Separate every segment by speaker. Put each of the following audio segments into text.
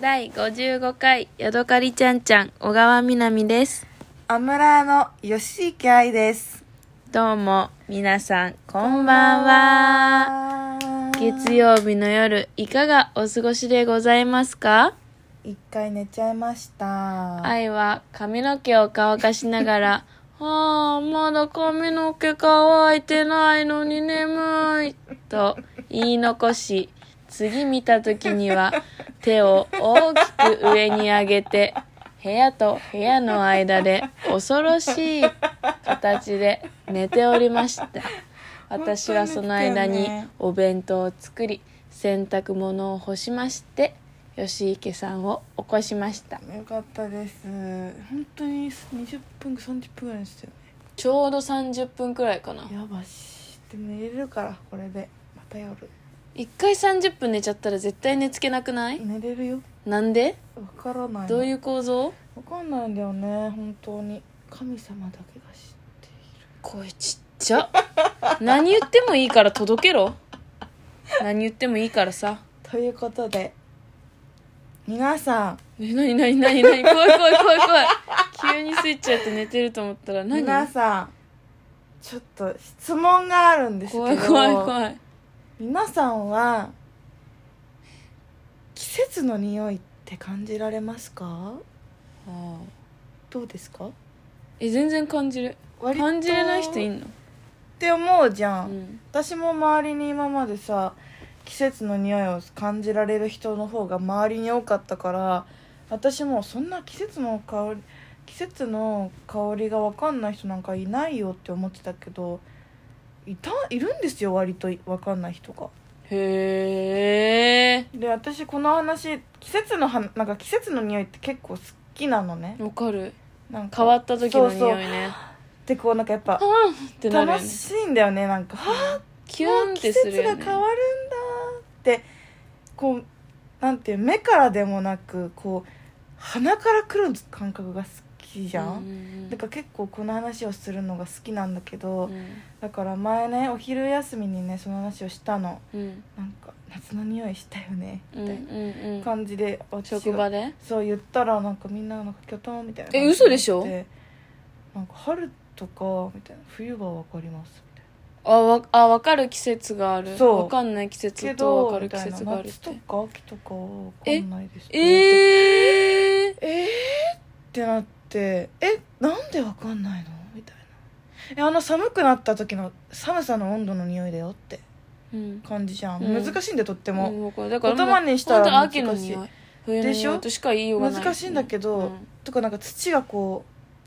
Speaker 1: 第55回よどかりちゃんちゃん小川みなみです
Speaker 2: アムラーの吉池愛です。
Speaker 1: どうも皆さんこんばんは月曜日の夜いかがお過ごしでございますか
Speaker 2: 一回寝ちゃいました。
Speaker 1: 愛は髪の毛を乾かしなが らああまだ髪の毛乾いてないのに眠いと言い残し次見た時に は手を大きく上に上げて部屋と部屋の間で恐ろしい形で寝ておりました私はその間
Speaker 2: 本当に寝
Speaker 1: に
Speaker 2: てるね
Speaker 1: お弁当を作り洗濯物を干しまして吉池さんを起こしました
Speaker 2: よかったです。本当に20分か30分ぐらいですよ
Speaker 1: ちょうど30分くらいかな
Speaker 2: ね。やばし。でも寝れるから、これで。また夜。
Speaker 1: 一回30分寝ちゃったら絶対寝つけなくない
Speaker 2: 寝れるよ。
Speaker 1: なんで
Speaker 2: わからないの。
Speaker 1: どういうう構造
Speaker 2: わかんないんだよね、本当に。神様だけが知っている。
Speaker 1: 声ちっちゃ何言ってもいいから届けろ何言ってもいいからさ
Speaker 2: ということで、皆さん、
Speaker 1: ねなになになになに怖い怖い怖い怖い急にスイッチやって寝てると思ったら何
Speaker 2: 皆さん、ちょっと質問があるんですけど。
Speaker 1: 怖い怖い怖い
Speaker 2: 皆さんは季節の匂いって感じられますか
Speaker 1: ああ
Speaker 2: どうですか
Speaker 1: え全然感じる
Speaker 2: 割と
Speaker 1: 感じれない人い
Speaker 2: っ
Speaker 1: んの
Speaker 2: て思うじゃ、
Speaker 1: うんん
Speaker 2: 私も周りに今までさ季節の匂いを感じられる人の方が周りに多かったから私もそんな季節の香り季節の香りが分かんない人なんかいないよって思ってたけどいたいるんですよ割と分かんない人が
Speaker 1: へ
Speaker 2: で私この話季節のはなんか季節の匂いって結構好きなのね
Speaker 1: えわかる
Speaker 2: なんか
Speaker 1: 変わった時の
Speaker 2: そ
Speaker 1: 匂い
Speaker 2: うそう
Speaker 1: ね
Speaker 2: でこうなんかやっぱ
Speaker 1: うんってなるよ
Speaker 2: 楽
Speaker 1: ね
Speaker 2: しいんだよねなんかはあ
Speaker 1: キュンっ
Speaker 2: 季
Speaker 1: てする
Speaker 2: 節
Speaker 1: よ
Speaker 2: が
Speaker 1: ね
Speaker 2: 変わるんだってこうなんていう目からでもなくこう鼻からくる感覚が好きじゃ、
Speaker 1: うんん
Speaker 2: だから結構この話をするのが好きなんだけど、
Speaker 1: うんうん
Speaker 2: だから前ねお昼休みにねその話をしたの
Speaker 1: うん
Speaker 2: なんか夏の匂いしたよね
Speaker 1: うん
Speaker 2: みたい
Speaker 1: うんう
Speaker 2: なん感じで、私が
Speaker 1: 職場で
Speaker 2: そう言ったらなんかみんななんかキョトンみたいな
Speaker 1: え嘘でしょ
Speaker 2: なんか春とかみたいな冬はわかりますみたい
Speaker 1: あわあ分かる季節がある
Speaker 2: そう
Speaker 1: 分かんない季節
Speaker 2: なけ
Speaker 1: と分
Speaker 2: ど
Speaker 1: かる
Speaker 2: み
Speaker 1: 季
Speaker 2: たいな
Speaker 1: 節があるっ
Speaker 2: 夏
Speaker 1: て
Speaker 2: とか秋とかはわかんないですえ
Speaker 1: ええー、
Speaker 2: えーってなってえなんでわかんないのみたいなえあの寒くなった時の寒さの温度の匂いだよって
Speaker 1: うん
Speaker 2: 感じじゃん、
Speaker 1: うん
Speaker 2: 難しいんでとって
Speaker 1: う
Speaker 2: も、
Speaker 1: んわかるだから
Speaker 2: 言葉にしたら
Speaker 1: 本当秋の
Speaker 2: 難しい
Speaker 1: 匂い冬の
Speaker 2: でし
Speaker 1: 匂
Speaker 2: ょ
Speaker 1: いとしか言いようがない、
Speaker 2: 難しいんだけど
Speaker 1: うん
Speaker 2: とかなんか土がこ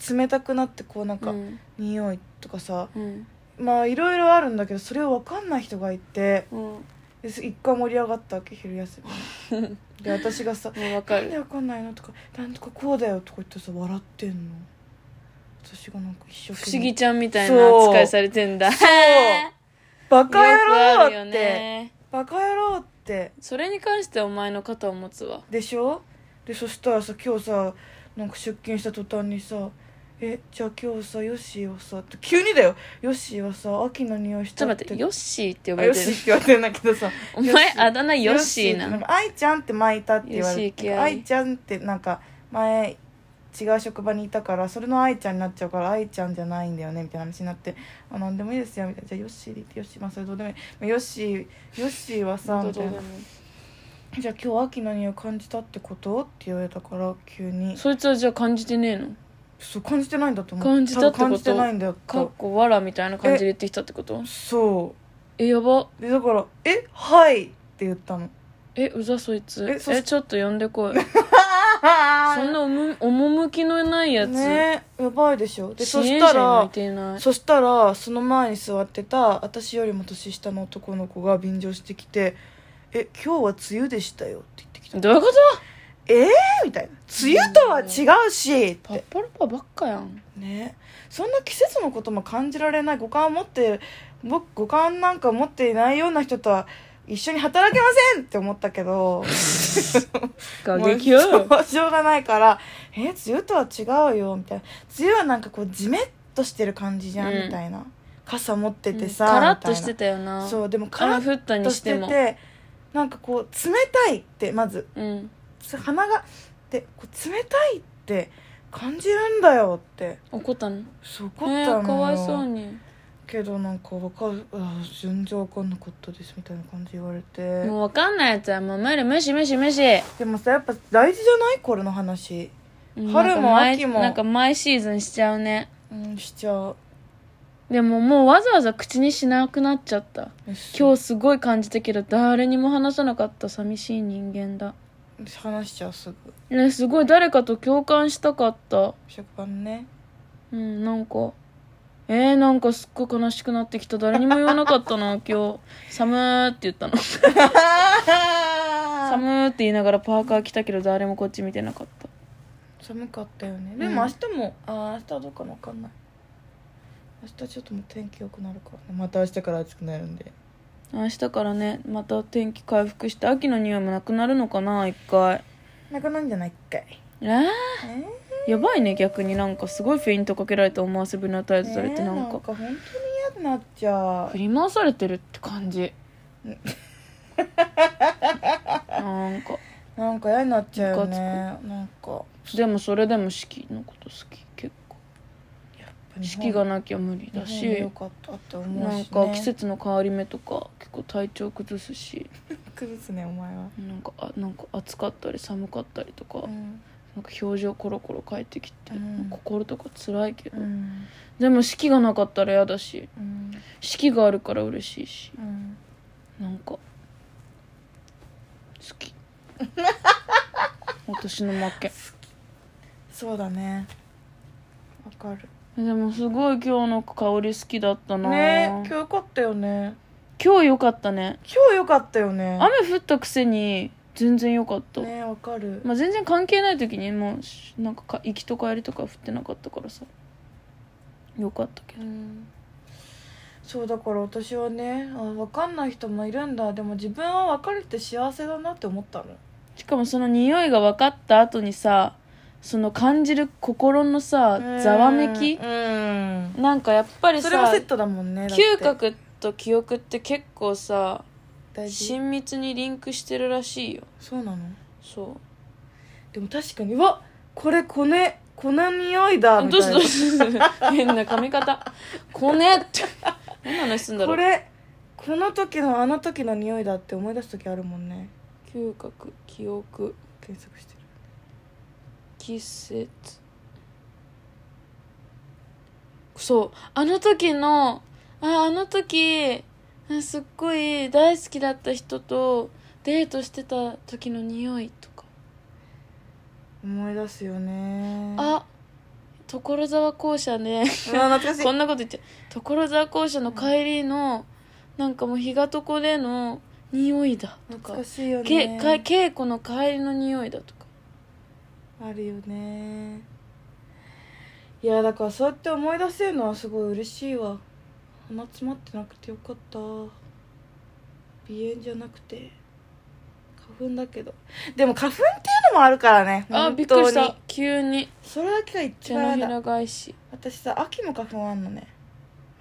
Speaker 2: う冷たくなってこうなん
Speaker 1: う
Speaker 2: か
Speaker 1: ん
Speaker 2: 匂いとかさ、
Speaker 1: うん
Speaker 2: まあいろいろあるんだけどそれを分かんない人がいて
Speaker 1: うんも
Speaker 2: です一回盛り上がったわけ昼休 みで私がさ
Speaker 1: う分
Speaker 2: 「
Speaker 1: か
Speaker 2: なんで
Speaker 1: る
Speaker 2: 分かんないの?」とか「なんとかこうだよ」とか言ってさ笑ってんの私がなんか一生
Speaker 1: 不
Speaker 2: 懸命
Speaker 1: 思議ちゃんみたいな扱いされてんだそう
Speaker 2: バカ野郎
Speaker 1: あ
Speaker 2: っ
Speaker 1: る
Speaker 2: て、
Speaker 1: よね
Speaker 2: バカ野郎って
Speaker 1: それに関してお前の肩を持つわ
Speaker 2: でしょでそしたらさ今日さなんか出勤した途端にさ「えじゃあ今日さヨッシーはさ」って急にだよ「ヨッシーはさ秋の匂いし
Speaker 1: ちょ
Speaker 2: た
Speaker 1: っと待
Speaker 2: って」
Speaker 1: ってヨッシーって呼ば
Speaker 2: あヨ
Speaker 1: れ
Speaker 2: ッ
Speaker 1: て
Speaker 2: シ
Speaker 1: る
Speaker 2: ーって言われてんだけどさ
Speaker 1: お前
Speaker 2: ヨッシー
Speaker 1: あだ名ヨッシーな
Speaker 2: ヨッシーってん
Speaker 1: の
Speaker 2: か愛ちゃんって前いたって言わ
Speaker 1: ヨッ
Speaker 2: れ
Speaker 1: シー気
Speaker 2: て
Speaker 1: 合い
Speaker 2: 愛ちゃんってなんか前違う職場にいたからそれの愛ちゃんになっちゃうから愛ちゃんじゃないんだよねみたいな話になって「あなんでもいいですよ」みたいな「じゃあヨッシーでいってヨッシーまあそれどうでもいい」まあ「ヨッシーヨッシーはさ」みたいな「じゃあ今日秋の匂い感じたってこと?」って言われたから急に
Speaker 1: そいつはじゃあ感じてねえの
Speaker 2: そう感じてないんだと思う
Speaker 1: 感じたってこと
Speaker 2: 多分感じてないんだよ
Speaker 1: かっこわらみたいな感じで言ってきたってこと
Speaker 2: そ
Speaker 1: えやば
Speaker 2: うでだから「えはい」って言ったの
Speaker 1: えうざそいつ
Speaker 2: えそ
Speaker 1: えちょっと呼んで こい そ
Speaker 2: そ
Speaker 1: んなおむ趣のないやつ、
Speaker 2: ねやばいでしょで
Speaker 1: 支
Speaker 2: そ
Speaker 1: 援
Speaker 2: し
Speaker 1: 者
Speaker 2: た
Speaker 1: に向い
Speaker 2: ら
Speaker 1: ていない
Speaker 2: そしたらその前に座ってた私よりも年下の男の子が便乗してきて「え今日は梅雨でしたよ」って言ってきた
Speaker 1: どういうこ
Speaker 2: 「えー?」みたいな「梅雨とは違うし」っ
Speaker 1: とパッ
Speaker 2: て
Speaker 1: パラパばっかやん
Speaker 2: ねそんな季節のことも感じられない五感を持って僕五感なんか持っていないような人とは一緒に働けませんって思ったけど
Speaker 1: 過
Speaker 2: もう
Speaker 1: 激やろ
Speaker 2: しょうがないから「え梅雨とは違うよ」みたいな梅雨はなんかこうジメッとしてる感じじゃん、
Speaker 1: うん
Speaker 2: みたいな傘持っててさ、
Speaker 1: カラッと
Speaker 2: み
Speaker 1: して
Speaker 2: い
Speaker 1: たよな
Speaker 2: なそうでもカラ
Speaker 1: 雨
Speaker 2: ッ
Speaker 1: 降った
Speaker 2: と
Speaker 1: に
Speaker 2: し
Speaker 1: して
Speaker 2: て
Speaker 1: も
Speaker 2: てなんかこう冷たいってまず
Speaker 1: うん
Speaker 2: つ鼻がでこう冷たいって感じるんだよって
Speaker 1: 怒ったの
Speaker 2: そう怒
Speaker 1: え
Speaker 2: ったのよ、
Speaker 1: ー、かわいそうに、
Speaker 2: けどなんかわかるあー全然わかんなかったですみたいな感じ言われて
Speaker 1: もうわかんないやつはもう無理無視無視無視
Speaker 2: でもさやっぱ大事じゃないこれの話、
Speaker 1: うん
Speaker 2: 春も
Speaker 1: なんか毎
Speaker 2: 秋も
Speaker 1: なんか毎シーズンしちゃうね
Speaker 2: うん、しちゃう
Speaker 1: でももうわざわざ口にしなくなっちゃった今
Speaker 2: 日
Speaker 1: 日すごい感じたけど誰にも話さなかった寂しい人間だ
Speaker 2: 話しちゃうすぐ
Speaker 1: ねすごい誰かと共感したかった
Speaker 2: 職場の ね
Speaker 1: うんなんかえー、なんかすっごい悲しくなってきた誰にも言わなかった な今日寒ーって言ったの寒
Speaker 2: 寒
Speaker 1: ーって言いながらパーカー着たけど誰もこっち見てなかった
Speaker 2: 寒かったよね
Speaker 1: ん
Speaker 2: でも明日も、ああ明日はどうかなわかんない明日ちょっともう天気良くなるからねまた明日から暑くなるんで
Speaker 1: 明日からねまた天気回復して秋の匂いもなくなるのかな一回
Speaker 2: なくなんじゃない一回
Speaker 1: えー、
Speaker 2: え
Speaker 1: やばいね逆になんかすごいフェイントかけられて思わせぶりな態度されてなん
Speaker 2: なん
Speaker 1: か
Speaker 2: か本当に嫌になっちゃ
Speaker 1: 振り回されてるって感 じなんか
Speaker 2: うなんか嫌になっちゃうよね
Speaker 1: ム
Speaker 2: なんか
Speaker 1: でもそれでも四季のこと好き結構四季が
Speaker 2: な
Speaker 1: なきゃ無理だし、
Speaker 2: よかったって思うし、
Speaker 1: なん
Speaker 2: ね、
Speaker 1: か季節の変わり目とか結構体調崩すし
Speaker 2: 崩すねお前は、
Speaker 1: なんかあなんか暑かったり寒かったりとか,、
Speaker 2: うん
Speaker 1: なんか表情コロコロ変えてきて、
Speaker 2: うん
Speaker 1: 心とか辛いけ
Speaker 2: う
Speaker 1: ど、
Speaker 2: ん
Speaker 1: でも四季がなかったら嫌だし
Speaker 2: うん
Speaker 1: 四季があるから嬉しいし
Speaker 2: うん
Speaker 1: なんか好き私の負け
Speaker 2: そうだねわかる
Speaker 1: でもすごい今日の香り好きだったな、
Speaker 2: ね今日
Speaker 1: 今
Speaker 2: よかったよね
Speaker 1: 日良かったね
Speaker 2: 今日よかったよね
Speaker 1: 雨降ったくせに全然良かった、
Speaker 2: ねわかる、
Speaker 1: まあ、全然関係ない時にもうしなんかか行きと帰りとか降ってなかったからさ良かったけど
Speaker 2: うんそうだから私はねあ分かんない人もいるんだでも自分は別れて幸せだなって思ったの
Speaker 1: しかもその匂いが分かった後にさその感じる心のさざわめき
Speaker 2: うん
Speaker 1: なんかやっぱり
Speaker 2: それも
Speaker 1: さ
Speaker 2: セットだもんねだって
Speaker 1: 嗅覚と記憶って結構さ
Speaker 2: 大事
Speaker 1: 親密にリンクしてるらしいよ
Speaker 2: そうなの
Speaker 1: そう
Speaker 2: でも確かにうわこれこねこの匂いだみ
Speaker 1: どう
Speaker 2: た
Speaker 1: し
Speaker 2: い
Speaker 1: ど
Speaker 2: な
Speaker 1: うしどうし変な髪型こねって何の話すんだろ
Speaker 2: こ
Speaker 1: う
Speaker 2: れこの時のあの時の匂いだって思い出す時あるもんね
Speaker 1: 嗅覚記憶
Speaker 2: 検索してる
Speaker 1: 季節そうあの時のああの時あすっごい大好きだった人とデートしてた時の匂いとか、
Speaker 2: 思い出すよね
Speaker 1: あ所沢校舎ね
Speaker 2: うわ懐かしい
Speaker 1: こんなこと言っちゃう所沢校舎の帰りのなんかもう日が床での匂いだとか
Speaker 2: 懐かしいよ
Speaker 1: けか
Speaker 2: ね
Speaker 1: 稽古の帰りの匂いだとか
Speaker 2: あるよねいやだからそうやって思い出せるのはすごい嬉しいわ鼻詰まってなくてよかった鼻炎じゃなくて花粉だけどでも花粉っていうのもあるからね
Speaker 1: あ
Speaker 2: 本
Speaker 1: びっ
Speaker 2: 当
Speaker 1: く
Speaker 2: に
Speaker 1: りした急に
Speaker 2: それだけが一
Speaker 1: 手の
Speaker 2: 番
Speaker 1: ひ
Speaker 2: 嫌だ
Speaker 1: ら返し
Speaker 2: 私さ秋も花粉あんのね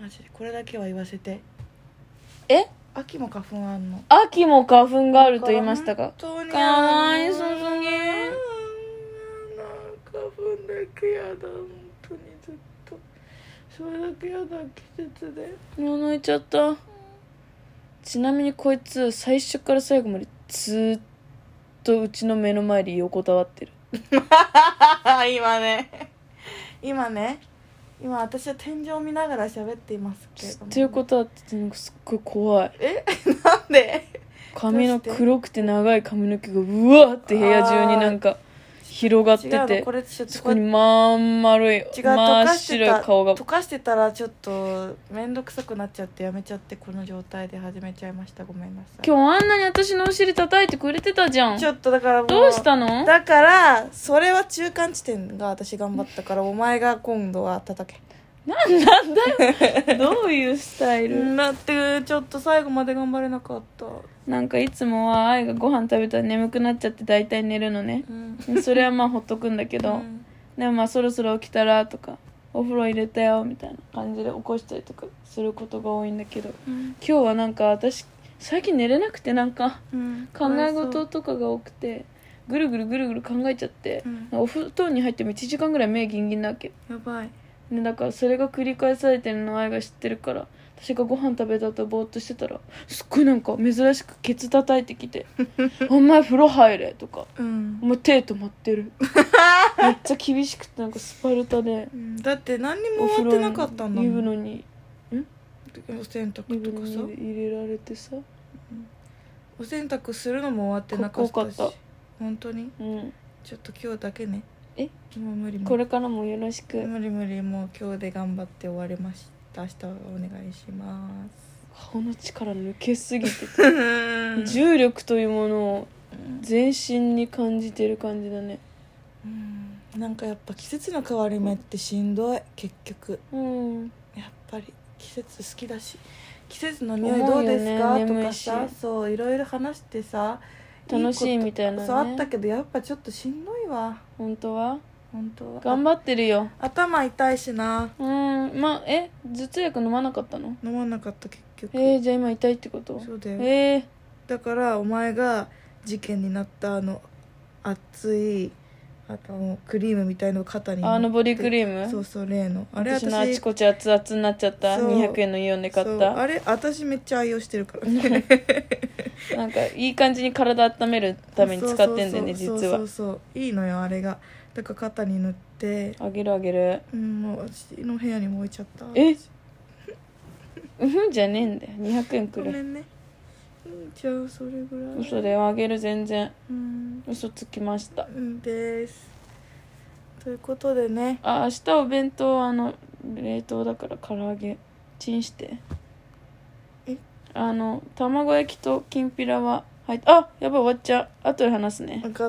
Speaker 2: マジでこれだけは言わせて
Speaker 1: え
Speaker 2: 秋も花粉あんの
Speaker 1: 秋も花粉があると言いましたが
Speaker 2: 本当に
Speaker 1: かわいそうす
Speaker 2: なん
Speaker 1: ぎ
Speaker 2: か花粉だけやだ本当にずっとそれだけやだ季節 で
Speaker 1: もう泣いちゃったちなみにこいつ最初から最後までずーっとうちの目の前で横たわってる
Speaker 2: 今ね今ね今私は天井を見ながら喋っていますけれども
Speaker 1: ということはなんかすっごい怖い
Speaker 2: なんで
Speaker 1: 髪の
Speaker 2: どうして
Speaker 1: 黒くて長い髪の毛がうわーって部屋中になんか広がって
Speaker 2: 違うの
Speaker 1: て
Speaker 2: これちょっと
Speaker 1: そこにまん丸い
Speaker 2: 違う
Speaker 1: 真
Speaker 2: 溶
Speaker 1: っ
Speaker 2: かして
Speaker 1: 白
Speaker 2: た
Speaker 1: い顔が
Speaker 2: 溶かしてたらちょっと面倒くさくなっちゃってやめちゃってこの状態で始めちゃいましたごめんなさい
Speaker 1: 今日あんなに私のお尻叩いてくれてたじゃん
Speaker 2: ちょっとだからもう
Speaker 1: どうしたの
Speaker 2: だからそれは中間地点が私頑張ったからお前が今度は叩け
Speaker 1: どういうスタイル
Speaker 2: だってちょっと最後まで頑張れなかった
Speaker 1: なんかいつもは愛がご飯食べたら眠くなっちゃって大体寝るのね
Speaker 2: うん
Speaker 1: それはまあほっとくんだけど、
Speaker 2: うん
Speaker 1: でもまあそろそろ起きたらとかお風呂入れたよみたいな感じで起こしたりとかすることが多いんだけど
Speaker 2: う
Speaker 1: 今
Speaker 2: ん
Speaker 1: 日はなんか私最近寝れなくてなんか
Speaker 2: うん
Speaker 1: 考え事とかが多くてぐるぐるぐるぐる考えちゃって、
Speaker 2: うん
Speaker 1: お布団に入っても1時間ぐらい目ギンギンなわけ
Speaker 2: やばい
Speaker 1: ね、だからそれが繰り返されてるの愛が知ってるから私がご飯食べた後ぼーっとしてたらすっごいなんか珍しくケツ叩いてき て「お前風呂入れ」とか
Speaker 2: う
Speaker 1: 「
Speaker 2: ん
Speaker 1: お前手止まって る」めっちゃ厳しくてなんかスパルタで
Speaker 2: うんだって何に
Speaker 1: お
Speaker 2: も
Speaker 1: 風
Speaker 2: 終わ
Speaker 1: 呂
Speaker 2: ってなかったんだ
Speaker 1: 湯
Speaker 2: もん
Speaker 1: 船に
Speaker 2: お洗
Speaker 1: 湯
Speaker 2: 濯とか
Speaker 1: 船
Speaker 2: さ
Speaker 1: に入れられてさ
Speaker 2: お洗濯するのも終わってなかったし
Speaker 1: かっこよかっ
Speaker 2: 本当に
Speaker 1: うん
Speaker 2: ちょっと今日だけね
Speaker 1: え
Speaker 2: もう無理無理
Speaker 1: これからもよろしく
Speaker 2: 無理無理もう今日で頑張って終わりました明日はお願いします
Speaker 1: 顔の力抜けすぎて
Speaker 2: うん
Speaker 1: 重力というものを全身に感じてる感じだね
Speaker 2: なんかやっぱ季節の変わり目ってしんどい結局
Speaker 1: うん
Speaker 2: やっぱり季節好きだし季節の匂いどうですか、
Speaker 1: 思うよね
Speaker 2: と
Speaker 1: 眠
Speaker 2: か
Speaker 1: いし
Speaker 2: さそういろいろ話してさ
Speaker 1: 楽しいみたい
Speaker 2: そうあ
Speaker 1: な
Speaker 2: った
Speaker 1: ね
Speaker 2: けどやっぱちょっとしんどいわ
Speaker 1: 本当は
Speaker 2: 本当は
Speaker 1: 頑張ってるよ
Speaker 2: あ頭痛いしな
Speaker 1: うーんまあえ頭痛薬飲まなかったの
Speaker 2: 飲まなかった結局
Speaker 1: えー、じゃあ今痛いってこと
Speaker 2: そうだよ
Speaker 1: えー、
Speaker 2: だからお前が事件になったあの熱いあのクリームみたいのを肩に
Speaker 1: あのボディクリ
Speaker 2: ー
Speaker 1: ーム
Speaker 2: そうそう例のあれ
Speaker 1: 私
Speaker 2: 私
Speaker 1: のあちこち熱々になっちゃった
Speaker 2: そう
Speaker 1: 200円のイオンで買
Speaker 2: そ
Speaker 1: っ
Speaker 2: う
Speaker 1: た
Speaker 2: あれ私めっちゃ愛用してるからね
Speaker 1: なんかいい感じに体温める ために使ってんだよね
Speaker 2: そ
Speaker 1: 実
Speaker 2: うそうそうそう
Speaker 1: は
Speaker 2: そうそういいのよあれがだから肩に塗って
Speaker 1: あげるあげる
Speaker 2: うんもう私の部屋にも置いちゃった
Speaker 1: え うふんじゃねえんだよ200円く
Speaker 2: ごめ
Speaker 1: れ
Speaker 2: んねうんじゃあそれぐらい
Speaker 1: 嘘だよあげる全然
Speaker 2: うん
Speaker 1: 嘘つきました
Speaker 2: うんですということでね
Speaker 1: あ明日お弁当あの冷凍だから唐揚げチンして
Speaker 2: え
Speaker 1: あの卵焼きときんぴらは入ってあやばい終わっちゃう後で話すね
Speaker 2: 分かっ